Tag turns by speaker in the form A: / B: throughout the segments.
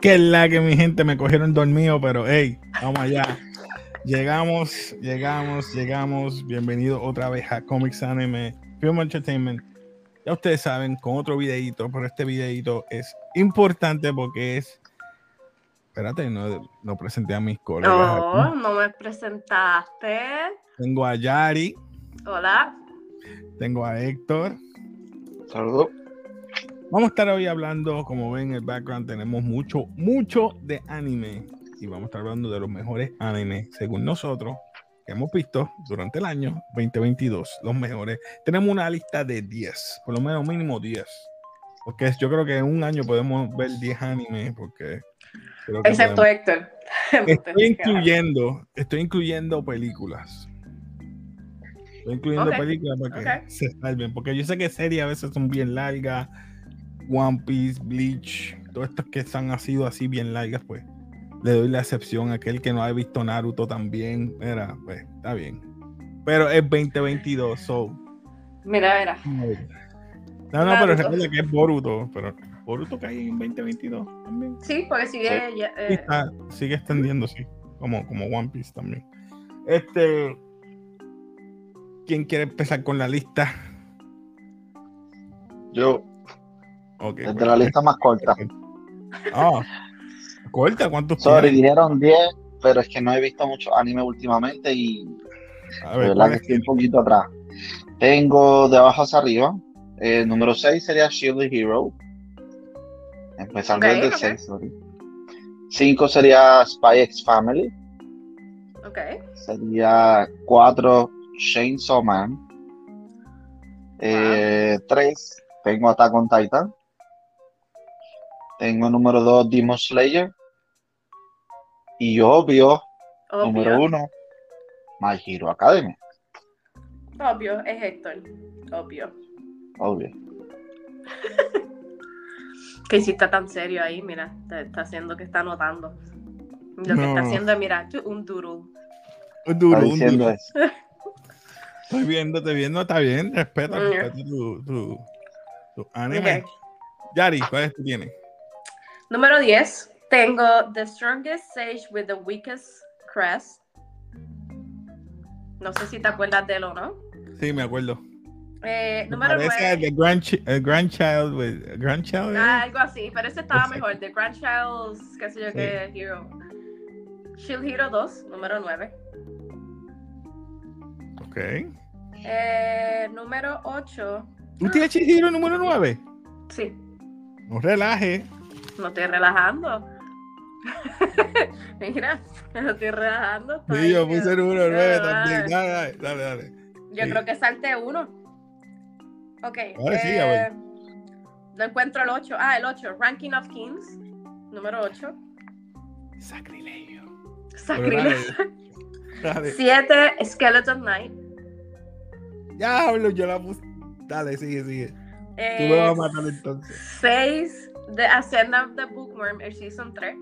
A: Que es la que mi gente me cogieron dormido, pero hey, vamos allá. Llegamos, llegamos, llegamos. Bienvenido otra vez a Comics Anime Film Entertainment. Ya ustedes saben, con otro videito, pero este videito es importante porque es. Espérate, no, no presenté a mis colegas.
B: No,
A: aquí.
B: no me presentaste.
A: Tengo a Yari,
B: Hola.
A: tengo a Héctor.
C: Saludos.
A: Vamos a estar hoy hablando, como ven en el background, tenemos mucho, mucho de anime. Y vamos a estar hablando de los mejores animes, según nosotros, que hemos visto durante el año 2022. Los mejores. Tenemos una lista de 10, por lo menos mínimo 10. Porque yo creo que en un año podemos ver 10 animes, porque... creo que
B: Excepto
A: podemos-
B: Héctor.
A: Estoy incluyendo, estoy incluyendo películas. Estoy incluyendo
B: Ok,
A: películas para que
B: ok.
A: se salven. Porque yo sé que series a veces son bien largas. One Piece, Bleach, todas estas que han han sido así bien largas, pues. Le doy la excepción a aquel que no ha visto Naruto también. Era, pues, está bien. Pero es 2022, so.
B: "Ah, Mira, mira.
A: No, no, pero
B: Naruto.
A: recuerda que es Boruto. Pero Boruto cae en 2022 también.
B: Sí, porque si bien ya, eh,
A: Sí, está- sigue extendiendo, sí. Como, como One Piece también. Este. ¿Quién quiere empezar con la lista?
C: Yo,
A: Ok.
C: desde
A: pues.
C: la lista más corta.
A: Ah, corta, ¿cuántos
C: Sorry,
A: tienes?
C: dijeron 10, pero es que no he visto mucho anime últimamente y
A: A
C: de
A: ver,
C: verdad
A: ¿cuál
C: que
A: es?
C: estoy un poquito atrás. Tengo de abajo hacia arriba. El número 6 sería Shield the Hero. Empezando
B: Ok,
C: desde el
B: ok.
C: 6, sorry. 5 sería Spy X Family.
B: ok.
C: Sería 4 Chainsaw Man. 3 tengo Attack on Titan. Tengo número 2 Demon Slayer. Y obvio, número
B: Obvio.
C: 1 My Hero Academy.
B: Obvio, es Héctor. Obvio.
C: Obvio.
B: Que si está tan serio ahí, mira. te está haciendo que está anotando. Lo que
A: No.
B: está haciendo es, mira, chu- un duro.
A: Un
C: Está
A: duro, un
C: diciendo
A: duro.
C: eso.
A: Estoy viendo, estoy viendo, está bien. Respeta,
B: Mm.
A: respeta tu, tu, tu anime. Yari, ¿cuál es que tienes?
B: Número 10. Tengo The Strongest Sage with the Weakest Crest. No sé si te acuerdas de él o no.
A: Sí, me acuerdo.
B: Eh,
A: Me
B: número
A: parece
B: 9.
A: el de Grandchi- el Grandchild. with- Grandchild, ¿eh?
B: Ah, algo así, pero ese estaba
A: Exacto.
B: mejor. The Grandchild's, qué sé yo
A: Sí.
B: qué, Hero. Shield Hero 2, número 9.
A: Ok.
B: Eh, número 8.
A: ¿Tú tienes Chihiro número 9?
B: Sí,
A: No relaje.
B: no estoy relajando. Mira, me lo estoy relajando. estoy
A: Sí, yo
B: ahí,
A: puse
B: eh,
A: número 9 también.
B: relajada.
A: Dale, dale, dale. dale.
B: Yo
A: Sí.
B: creo que salte uno. Ok.
A: Ahora sí, a ver.
B: eh, No encuentro el 8. Ah, el 8. Ranking of Kings. Número 8.
A: Sacrilegio.
B: Sacrilegio.
A: Dale.
B: 7. Skeleton Knight.
A: Ya hablo, yo la puse. Dale, sigue, sigue. Tú me
B: Eh,
A: vas a matar entonces.
B: 6. The Ascend of the Bookworm, el Season 3.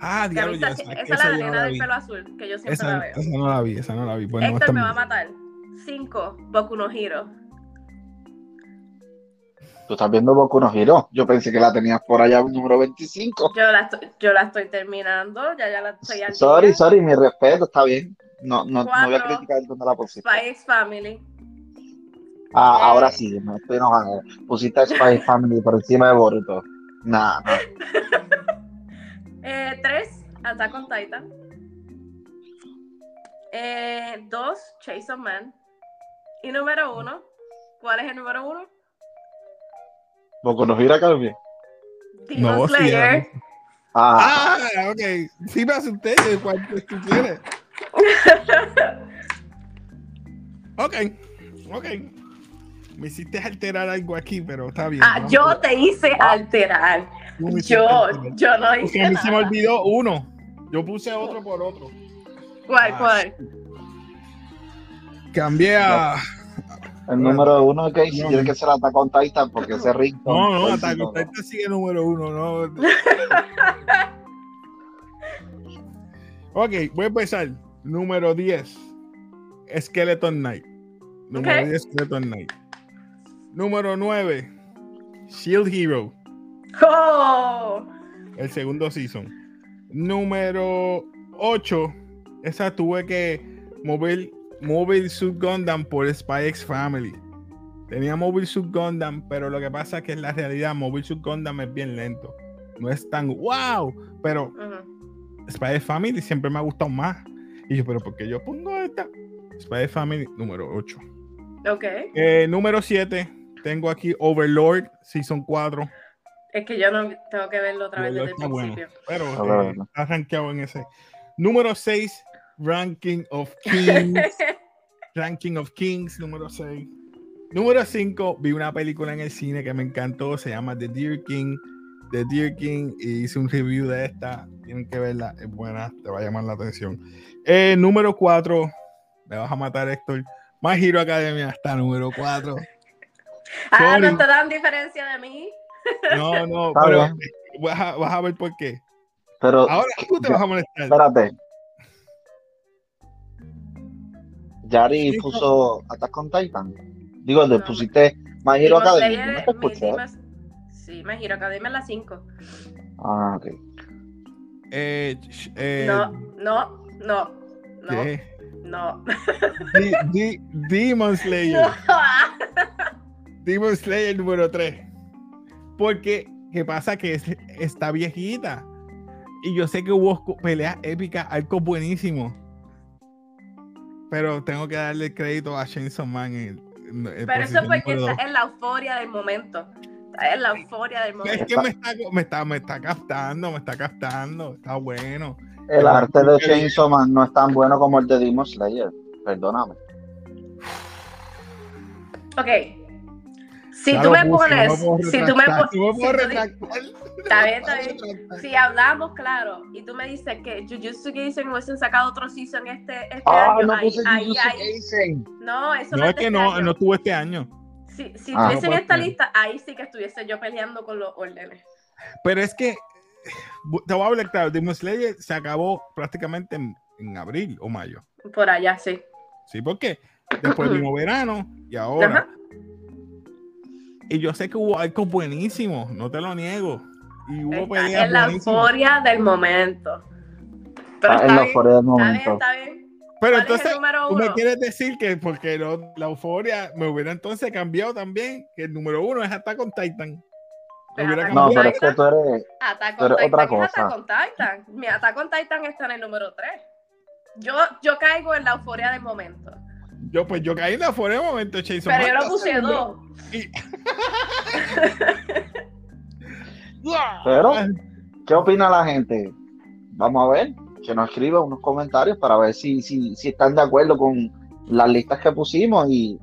A: Ah,
B: Que a
A: diablo,
B: mí
A: ya
B: esa,
A: sa-
B: esa es
A: esa
B: la
A: yo
B: de
A: no
B: nena
A: la
B: del
A: vi.
B: pelo azul, que yo siempre la
A: Esa,
B: veo.
A: esa no la vi, esa no la vi. Bueno,
B: Héctor
A: esta
B: me va a
A: misma.
B: matar. 5. Boku no Hero.
C: Tú estás viendo Boku no Hero. Yo pensé que la tenías por allá, número 25.
B: Yo la estoy, yo la estoy terminando. Ya, ya la estoy al
C: Sorry,
B: día.
C: sorry, mi respeto, está bien. No, no, no voy a
B: Cuatro.
C: criticar donde la pusiste.
B: Spy X Family.
C: Ah,
A: Eh.
C: ahora sí, me estoy enojado. Pusiste a Spy Family por encima de Boruto. Nah, nah.
B: 3. Eh, Attack on Titan. 2. Chase of Man. Y número 1. ¿Cuál es el número 1?
C: Boku no Hero Academy.
B: Demon
A: No, sí,
B: Slayer.
C: Ah,
A: Ah, ok. Sí me asusté. ¿de ¿Cuál que tú quieres? ok, ok. Me hiciste alterar algo aquí, pero está bien.
B: Ah,
A: vamos
B: yo
A: a-
B: te hice alterar.
A: tú me hiciste
B: Yo,
A: alterar.
B: yo no
A: Porque a
B: hice
A: mí se me
B: nada.
A: olvidó uno. Yo puse otro por otro.
B: ¿Cuál,
A: Ah,
B: cuál?
A: Cambié a.
C: el número uno de Casey
A: No,
C: tiene
A: no.
C: que ser Attack on Titan porque ese ring.
A: No, no, Attack on Titan sigue número uno, no. ok, voy a empezar. Número 10, Skeleton Knight. Número
B: Ok.
A: 10, Skeleton Knight. Número 9, Shield Hero.
B: Oh,
A: El segundo season. Número 8. Esa tuve que mover Mobile Suit Gundam por Spy X Family. Tenía Mobile Suit Gundam, pero lo que pasa es que en la realidad Mobile Suit Gundam es bien lento. No es tan wow, pero
B: Ujú.
A: Spy X Family siempre me ha gustado más. Y yo, pero ¿por qué yo pongo esta? Spy X Family número 8.
B: Ok.
A: Eh, número 7. Tengo aquí Overlord Season 4.
B: Es que yo no tengo que verlo otra vez
A: Overlord
B: desde el
A: está bueno,
B: principio.
A: pero eh,
C: Overlord.
A: está rankeado en ese. Número 6. Ranking of Kings. Ranking of Kings, número 6. Número 5, vi una película en el cine que me encantó, se llama The Deer King. The Deer King, y hice un review de esta. Tienen que verla, es buena, te va a llamar la atención. Eh, número 4, me vas a matar, Héctor. My Hero Academia está número 4.
B: ah,
A: Sorry.
B: no te dan diferencia de mí.
A: No, no,
C: Está
A: pero
C: bien.
A: vas a, vas a ver por qué.
C: Pero,
A: Ahora tú te
C: ya-
A: vas a molestar.
C: espérate.
A: Sí,
C: Yari
A: no. Ah.
C: puso Attack on Titan. Digo, le
B: No,
C: pusiste My Hero
B: Demon
C: Academy.
B: Slayer,
C: Yo no te
B: mi
C: escuché.
B: Demon- Sí, me giro Academia es la 5.
C: Ah, ok.
A: Eh, sh- eh,
B: No, no, no, no,
A: ¿qué?
B: no.
A: Di- di- Demon Slayer.
B: No.
A: Demon Slayer número 3. Porque, ¿qué pasa? Que es- está viejita. Y yo sé que hubo co- peleas épicas, arcos buenísimos. Pero tengo que darle el crédito a Chainsaw Man. en- en- en
B: Pero eso
A: posición
B: porque
A: número
B: está en la euforia del momento. Está en la euforia del
A: dos. Es
B: momento.
A: que me está, me, está, me está captando, me está captando. Está bueno.
C: El
A: Pero
C: arte de
A: nunca vi-
C: Chainsaw Man no es tan bueno como el de Demon Slayer. Perdóname.
B: Ok. Si
A: Ya
B: tú
A: lo
B: me
A: puse, no
B: pones,
A: me puedo
B: si tú me
A: retractar, no me
B: pones,
A: puedo
B: si tú di-
A: retractar,
B: está bien, está
A: no me
B: bien.
A: puedo retractar.
B: Si hablamos, claro, y tú me dices que Jujutsu Kaisen hubiesen sacado otro season este, este
C: Ah,
B: año,
C: no
B: ahí,
C: puse
B: ahí,
C: Jujutsu
B: ahí.
C: Kaisen.
B: No, eso
A: No, es
B: de
A: que
B: este
A: no,
B: año.
A: no estuvo este año.
B: Si, si
C: Ah,
B: estuviese en
A: pues,
B: esta
A: bien.
B: lista, ahí sí que estuviese yo peleando con los órdenes.
A: Pero es que, eh, bu- te voy a hablar claro, Demon Slayer se acabó prácticamente en, en abril o mayo.
B: Por allá, sí.
A: ¿Sí? Porque después vino verano y ahora.
B: Ajá.
A: Y yo sé que hubo arcos buenísimos, no te lo niego. Y hubo
B: Está
A: peleas
B: en la
A: buenísimas.
B: euforia del momento. Pero
C: Ah,
B: está,
C: en la
B: bien,
C: euforia del
B: está bien,
C: momento.
B: está bien.
A: Pero
B: ¿Cuál es
A: entonces,
B: el número
A: tú me
B: uno?
A: quieres decir que porque lo- la euforia me hubiera entonces cambiado también, que el número uno es Attack on Titan. Me
B: Pues
A: hubiera
B: Attack on
C: No,
A: cambiado.
C: pero es que tú eres.
B: Attack
C: Pero
B: on Titan
C: otra
B: es Attack
C: cosa.
B: on Titan. Mi Attack on Titan está en el número 3. Yo, yo caigo en la euforia del momento.
A: Yo, pues yo caí en la euforia en un momento, Jason.
B: Pero yo
A: Mata
B: lo puse
A: segundo.
B: dos.
C: Pero, ¿qué opina la gente? Vamos a ver, que nos escriba unos comentarios para ver si, si, si están de acuerdo con las listas que pusimos y,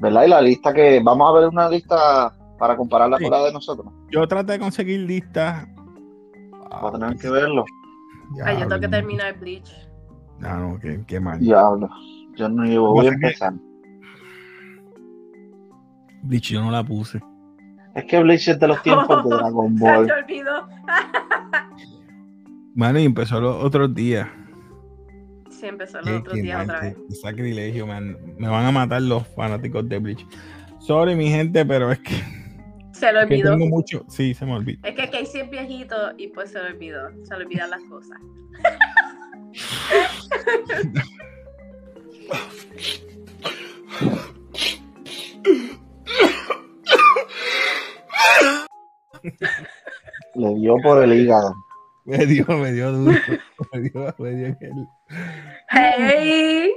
C: ¿verdad? Y la lista que vamos a ver una lista para compararla
A: Sí.
C: con la de nosotros.
A: Yo traté de conseguir listas.
C: Para Ah, tener que verlo.
B: Ay, yo tengo que terminar Bleach.
A: Ah, no, qué, qué mal.
C: Diablo, yo no yo voy a empezar.
A: Bleach yo no la puse.
C: Es que Bleach es de los tiempos de Dragon
B: Ah, Se
C: Ball.
B: te olvidó.
A: Mano, y empezó los otros días.
B: Sí, empezó los
A: Qué-
B: otros
A: qué
B: días
A: mal,
B: otra
A: qué-
B: vez.
A: qué sacrilegio, man. Me van a matar los fanáticos de Bleach. Sorry, mi gente, pero es que,
B: Se lo
A: que
B: olvidó.
A: tengo mucho. Sí, se me olvidó.
B: Es que Casey es viejito y pues se lo olvidó. Se le olvidan las cosas.
C: Le dio por el hígado.
A: Me dio, me dio duro. Me dio, me dio el-
B: ¡Hey!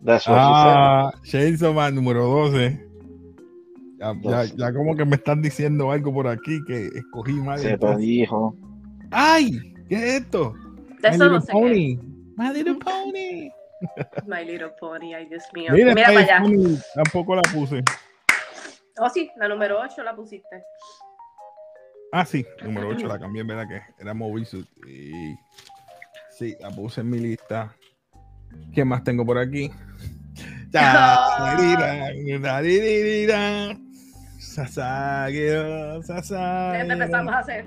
C: De eso
A: Ah, Chainsaw Man número 12. Ya, ya, ya como que me están diciendo algo por aquí que escogí mal.
C: se te
A: entonces.
C: dijo.
A: ¡Ay! ¿Qué es esto?
B: De
A: My
B: eso no
A: Little
B: sé qué.
A: Pony. My Little Pony.
B: My Little Pony, ay Dios mío.
A: Mira,
B: Mira, para
A: Spy
B: allá.
A: Family, tampoco la puse.
B: Oh, sí, la número 8 la pusiste.
A: Ah, sí, número 8 la cambié, ¿verdad? Que era Mobile Suit. Y... Sí, la puse en mi lista. ¿Qué más tengo por aquí? Tararira, tariririra. Sasagero,
B: ¿Qué
A: sasagero,
B: empezamos a hacer?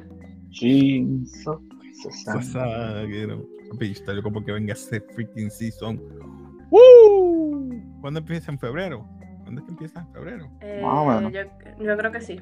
C: Chinzo.
A: Pues sasagero. Papi, está loco porque venga ese freaking season. ¡Woo! ¿Cuándo empieza? ¿En febrero? ¿Cuándo es que empieza? ¿En febrero?
B: Eh,
C: Más o menos.
B: yo, yo creo que sí.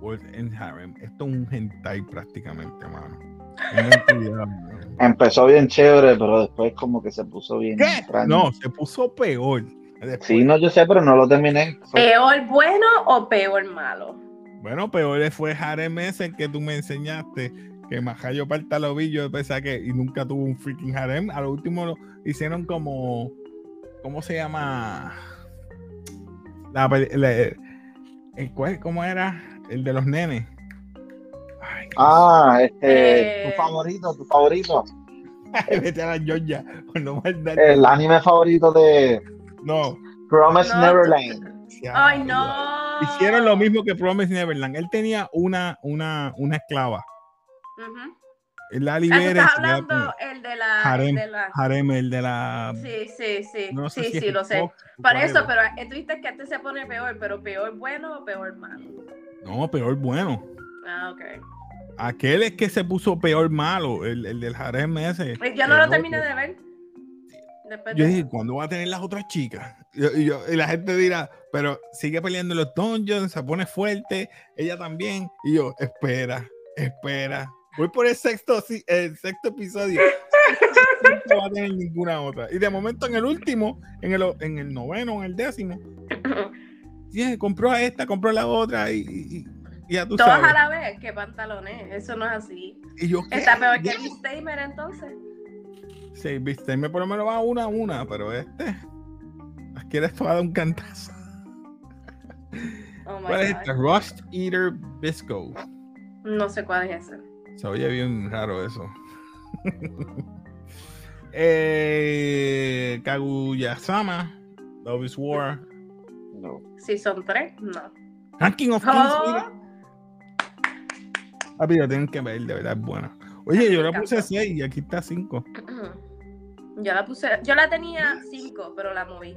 A: World and Harem. Esto es un hentai prácticamente, mano. Es una actividad, mano.
C: Empezó bien chévere, pero después como que se puso bien
A: ¿Qué?
C: extraño.
A: No, se puso peor. Después-
C: Sí, no, yo sé, pero no lo terminé. Fue-
B: ¿Peor bueno o peor malo?
A: Bueno, peor fue Harem ese que tú me enseñaste, que Majayo parta los billos, pensaba que y nunca tuvo un freaking Harem. A lo último lo hicieron como, ¿cómo se llama? La pe- la- el, cual- ¿Cómo era? El de los nenes. Ay,
C: Ah, este,
B: Eh.
C: tu favorito, tu favorito.
A: vete a la Georgia, por no maldad.
C: El anime favorito de
A: No.
C: Promise
B: No,
C: Pues Neverland.
B: Ay, no.
A: Hicieron lo mismo que Promise Neverland. Él tenía una, una, una esclava.
B: Ujú.
A: Él la
B: Ah, tú
A: libera. y
B: estás
A: se queda con-
B: hablando el de la. el
A: Harem.
B: de la-
A: Harem, el de la.
B: Sí, sí, sí.
A: Ah, No sé
B: sí,
A: si es
B: sí, lo sé.
A: Fox o
B: Para eso,
A: whatever.
B: pero eh, tú viste que este se pone peor, pero peor bueno o peor malo.
A: No, peor bueno.
B: Ah, ok.
A: Aquel es que se puso peor malo, el, el del harem ese.
B: Pues Yo no
A: El
B: lo
A: otro.
B: terminé de ver. Después
A: Eh, Yo
B: de-
A: dije, ¿cuándo va a tener las otras chicas? Y, y yo- y la gente dirá, pero sigue peleando en los dungeons, se pone fuerte, ella también. Y yo, espera, espera. Voy por el sexto, si- el sexto episodio. no va a tener ninguna otra. Y de momento en el último, en el, o- en el noveno, en el décimo, yeah, compró a esta, compró a la otra y, y- y- y ya tú
B: Todas
A: sabes.
B: a la vez, qué pantalones. Eso no es así.
A: Y yo, ¿qué?
B: Está peor que
A: Ya.
B: el Stamer entonces.
A: Sí, viste, me por lo menos va una a una, pero este. Aquí eres toda un cantazo.
B: Oh my
A: ¿Cuál es
B: God.
A: este? Rust Eater Bisco.
B: No sé cuál es ese.
A: Se oye bien raro eso. eh, Kaguya-sama, Love is War,
C: No.
B: Si son tres, no.
A: Ranking of Kings. mira.
B: Oh,
A: Ah, pero tienen que ver, de verdad es buena. Oye, yo la
B: Me
A: puse
B: encantó.
A: 6 y aquí está 5.
B: yo la puse, yo la tenía cinco, pero la moví.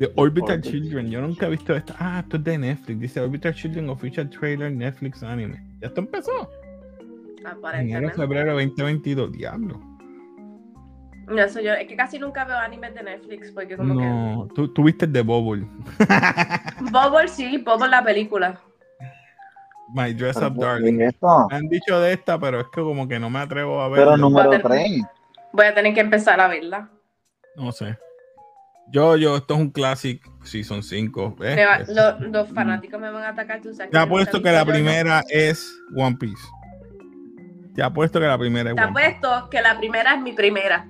A: The Orbital
C: Orbital.
A: Children. Yo nunca he visto esta. Ah, esto es de Netflix. Dice Orbital Children Official Trailer Netflix Anime. Ya esto empezó. Enero,
B: Aparentemente.
A: febrero 2022. Diablo.
B: No, eso yo, es que casi nunca veo animes de Netflix porque como que
A: No, tú, tú viste el de Bubble.
B: Bubble sí, Bubble la película.
A: My Dress
C: Pero,
A: Up
C: pues,
A: Darling. Ah,
C: ¿y esto?
A: Me han dicho de esta, pero es que como que no me atrevo a verla.
C: Pero número
B: Butter-
C: 3.
B: Voy a tener que empezar a verla.
A: No sé. Yo, yo, esto es un clásico Season 5. ¿eh?
B: Me va-
A: Es-
B: lo- los fanáticos me van a atacar. Tú sabes
A: Te
B: yo nunca he
A: apuesto que
B: visto
A: la
B: Jojo.
A: primera es One Piece. Te apuesto que la primera es
B: Te
A: One Piece.
B: apuesto que la primera es mi primera.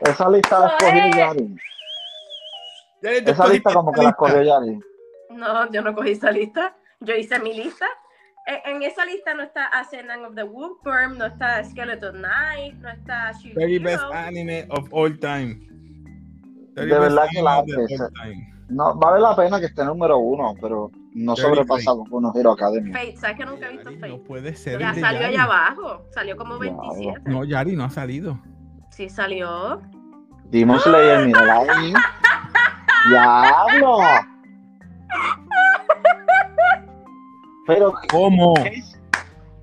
C: Esa lista la escogió
B: Oye.
C: Yari.
A: Ya, ya, ya,
C: Esa lista como que la escogió Yari.
B: No, yo no cogí esa lista. Yo hice mi lista. E-, En, en esa lista no está Ascendant of the Woodworm, no está Skeleton Knight, no está
A: Very best
B: Shiro.
A: anime of all time. Very
C: De
A: best
C: verdad que la
A: anime of
C: hace,
A: all time.
C: No, vale la pena que esté número uno, pero no
A: Yari,
C: sobrepasamos con un Hero Academia.
B: Fate, ¿sabes que nunca he visto
A: Yari, No
B: Fate?
A: puede ser.
B: Ya
A: el de
B: salió
A: Yari.
B: allá abajo, salió como 27.
A: No, Yari no ha salido.
B: Sí salió.
C: Demon Slayer, mírala ahí. ¡Diablo! Pero,
A: ¿Cómo?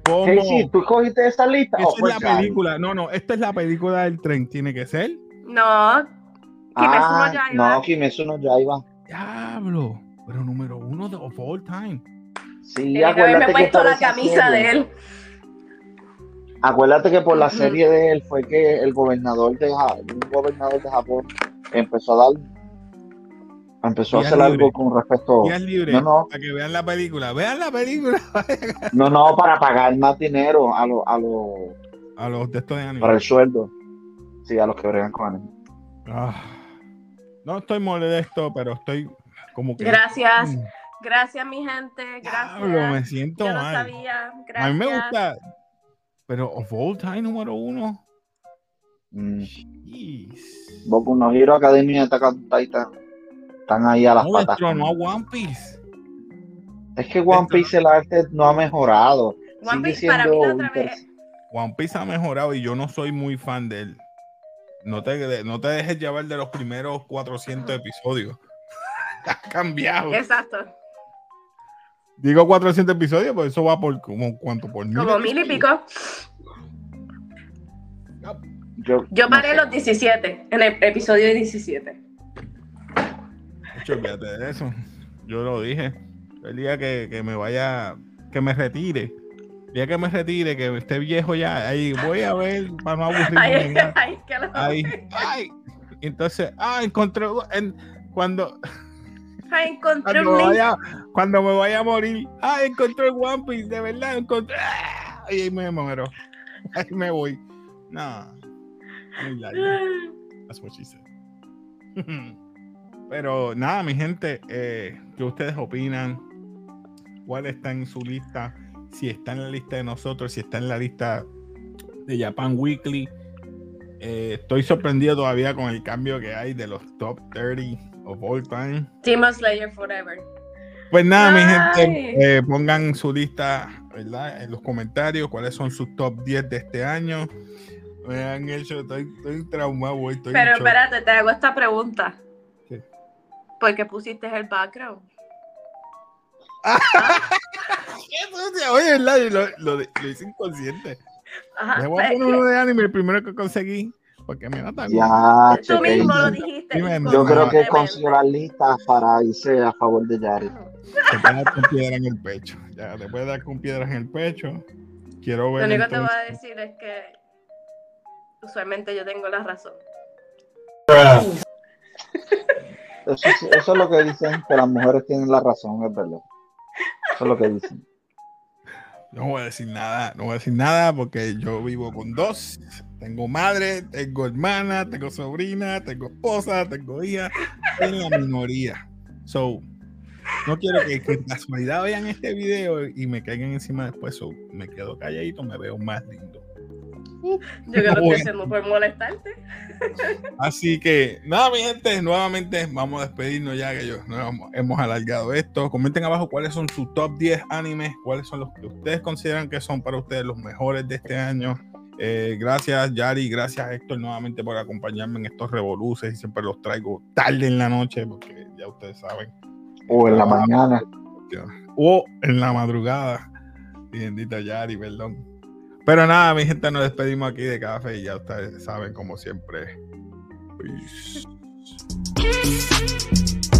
A: ¿Cómo?
C: Casey, ¿tú cogiste esa lista? Oh, pues
A: Esa
C: ¿O fue
A: es la
C: Yari?
A: película. No, no, esta es la película del tren. Tiene que ser.
B: No, Kimetsu no
C: Ah,
B: Yaiba.
C: no, Kimetsu no Yaiba.
A: Diablo. Pero número uno de of all time.
C: Sí,
B: tenía que
C: acuérdate
B: haberme
C: que
B: puesto
C: por
B: la
C: esa
B: camisa
C: serie-
B: de él.
C: Acuérdate que por la
B: Ujú.
C: serie de él fue que el gobernador de, Ja- un gobernador de Japón empezó a dar empezó a
A: Días
C: hacer algo
A: libres.
C: con respecto
A: Días libres
C: Oh, no, no.
A: para que vean la película. Vean la película.
C: no no para pagar más dinero a los a los
A: A los textos de
C: para el
A: anime.
C: sueldo sí a los que bregan con él
A: Ah. No estoy molesto, pero estoy como que.
B: Gracias,
A: Mm,
B: gracias mi gente,
A: Diablo, me
B: gracias.
A: siento
B: Yo no
A: mal.
B: sabía, gracias.
A: A mí me gusta. Pero of all time número uno.
C: Mm.
A: Jeez.
C: Boku no Hero Academia y Attack on Titan están ahí a las
A: No
C: patas
A: destronó a One Piece.
C: es que One Piece el arte no ha mejorado
B: One
C: sigue
B: Piece para mí la
C: siendo
B: otra vez.
A: One Piece ha mejorado y yo no soy muy fan de él. No te, no te dejes llevar de los primeros 400 episodios. Ha cambiado.
B: Exacto,
A: Digo 400 episodios, pero eso va por como cuánto por mil.
B: como mil y pico.
C: yo,
B: Yo
C: no
B: paré
C: sé.
B: los 17, en el episodio 17.
A: Chacho, olvídate de eso. Yo lo dije. El día que, que me vaya, que me retire. El día que me retire, que esté viejo ya, ahí voy a ver para no aburrirme. ni
B: Ay,
A: nada.
B: ay, que lo-
A: Ahí, ay. Entonces, ah, encontré en- cuando,
B: Ay, encontré
A: cuando
B: un
A: me
B: link.
A: vaya, cuando me vaya a morir, ah, encontré el One Piece, de verdad, encontré. ah, y ahí me muero. Ahí me voy. No. Muy largo. That's what she said. Pero nada, mi gente, eh, ¿qué ustedes opinan? ¿Cuál está en su lista? Si está en la lista de nosotros, si está en la lista de Japan Weekly. Eh, estoy sorprendido todavía con el cambio que hay de los top 30 of all time.
B: Demon Slayer Forever.
A: Pues nada, mi
B: Ay.
A: gente, eh, pongan su lista ¿verdad? en los comentarios cuáles son sus top 10 de este año. Me han hecho, estoy, estoy traumado, güey, estoy en
B: Pero
A: shock.
B: espérate, te hago esta pregunta.
A: ¿Qué?
B: ¿Por qué pusiste el background?
A: Qué sucia, Oye, ¿verdad? Yo Lo, lo, de- lo hice inconsciente.
B: Ajá,
A: Me voy a
B: pues,
A: poner uno de anime, el primero que conseguí. Porque me nota.
C: Ya,
B: tú
C: chequeño.
B: mismo lo dijiste.
A: Dime,
C: Yo creo que
B: inconscientemente.
C: considerar listas para irse a favor de Yari.
A: Te puede dar con piedra en el pecho. Ya, te puede dar con piedras en el pecho. Quiero
B: Lo
A: ver.
B: único que te voy a
A: entonces-
B: decir es que usualmente yo tengo la razón.
C: Eso, es- eso es lo que dicen, que las mujeres tienen la razón, es verdad. Eso es lo que dicen.
A: No voy a decir nada, no voy a decir nada porque yo vivo con dos. Tengo madre, tengo hermana, tengo sobrina, tengo esposa, tengo hija. Soy la minoría. So, no quiero que, que casualidad vean este video y me caigan encima después. So, me quedo calladito, me veo más lindo.
B: Yo que lo
A: Bueno.
B: estoy haciendo por molestarte.
A: Así que nada, mi gente, nuevamente vamos a despedirnos ya que yo, no, hemos- hemos alargado esto. Comenten abajo cuáles son sus top 10 animes, cuáles son los que ustedes consideran que son para ustedes los mejores de este año. Eh, gracias Yari, gracias Héctor nuevamente por acompañarme en estos revoluces y siempre los traigo tarde en la noche porque ya ustedes saben.
C: O en la mañana.
A: O en la madrugada. Y Bendita Yari, perdón. Pero nada, mi gente, nos despedimos aquí de café y ya ustedes saben como siempre. Peace.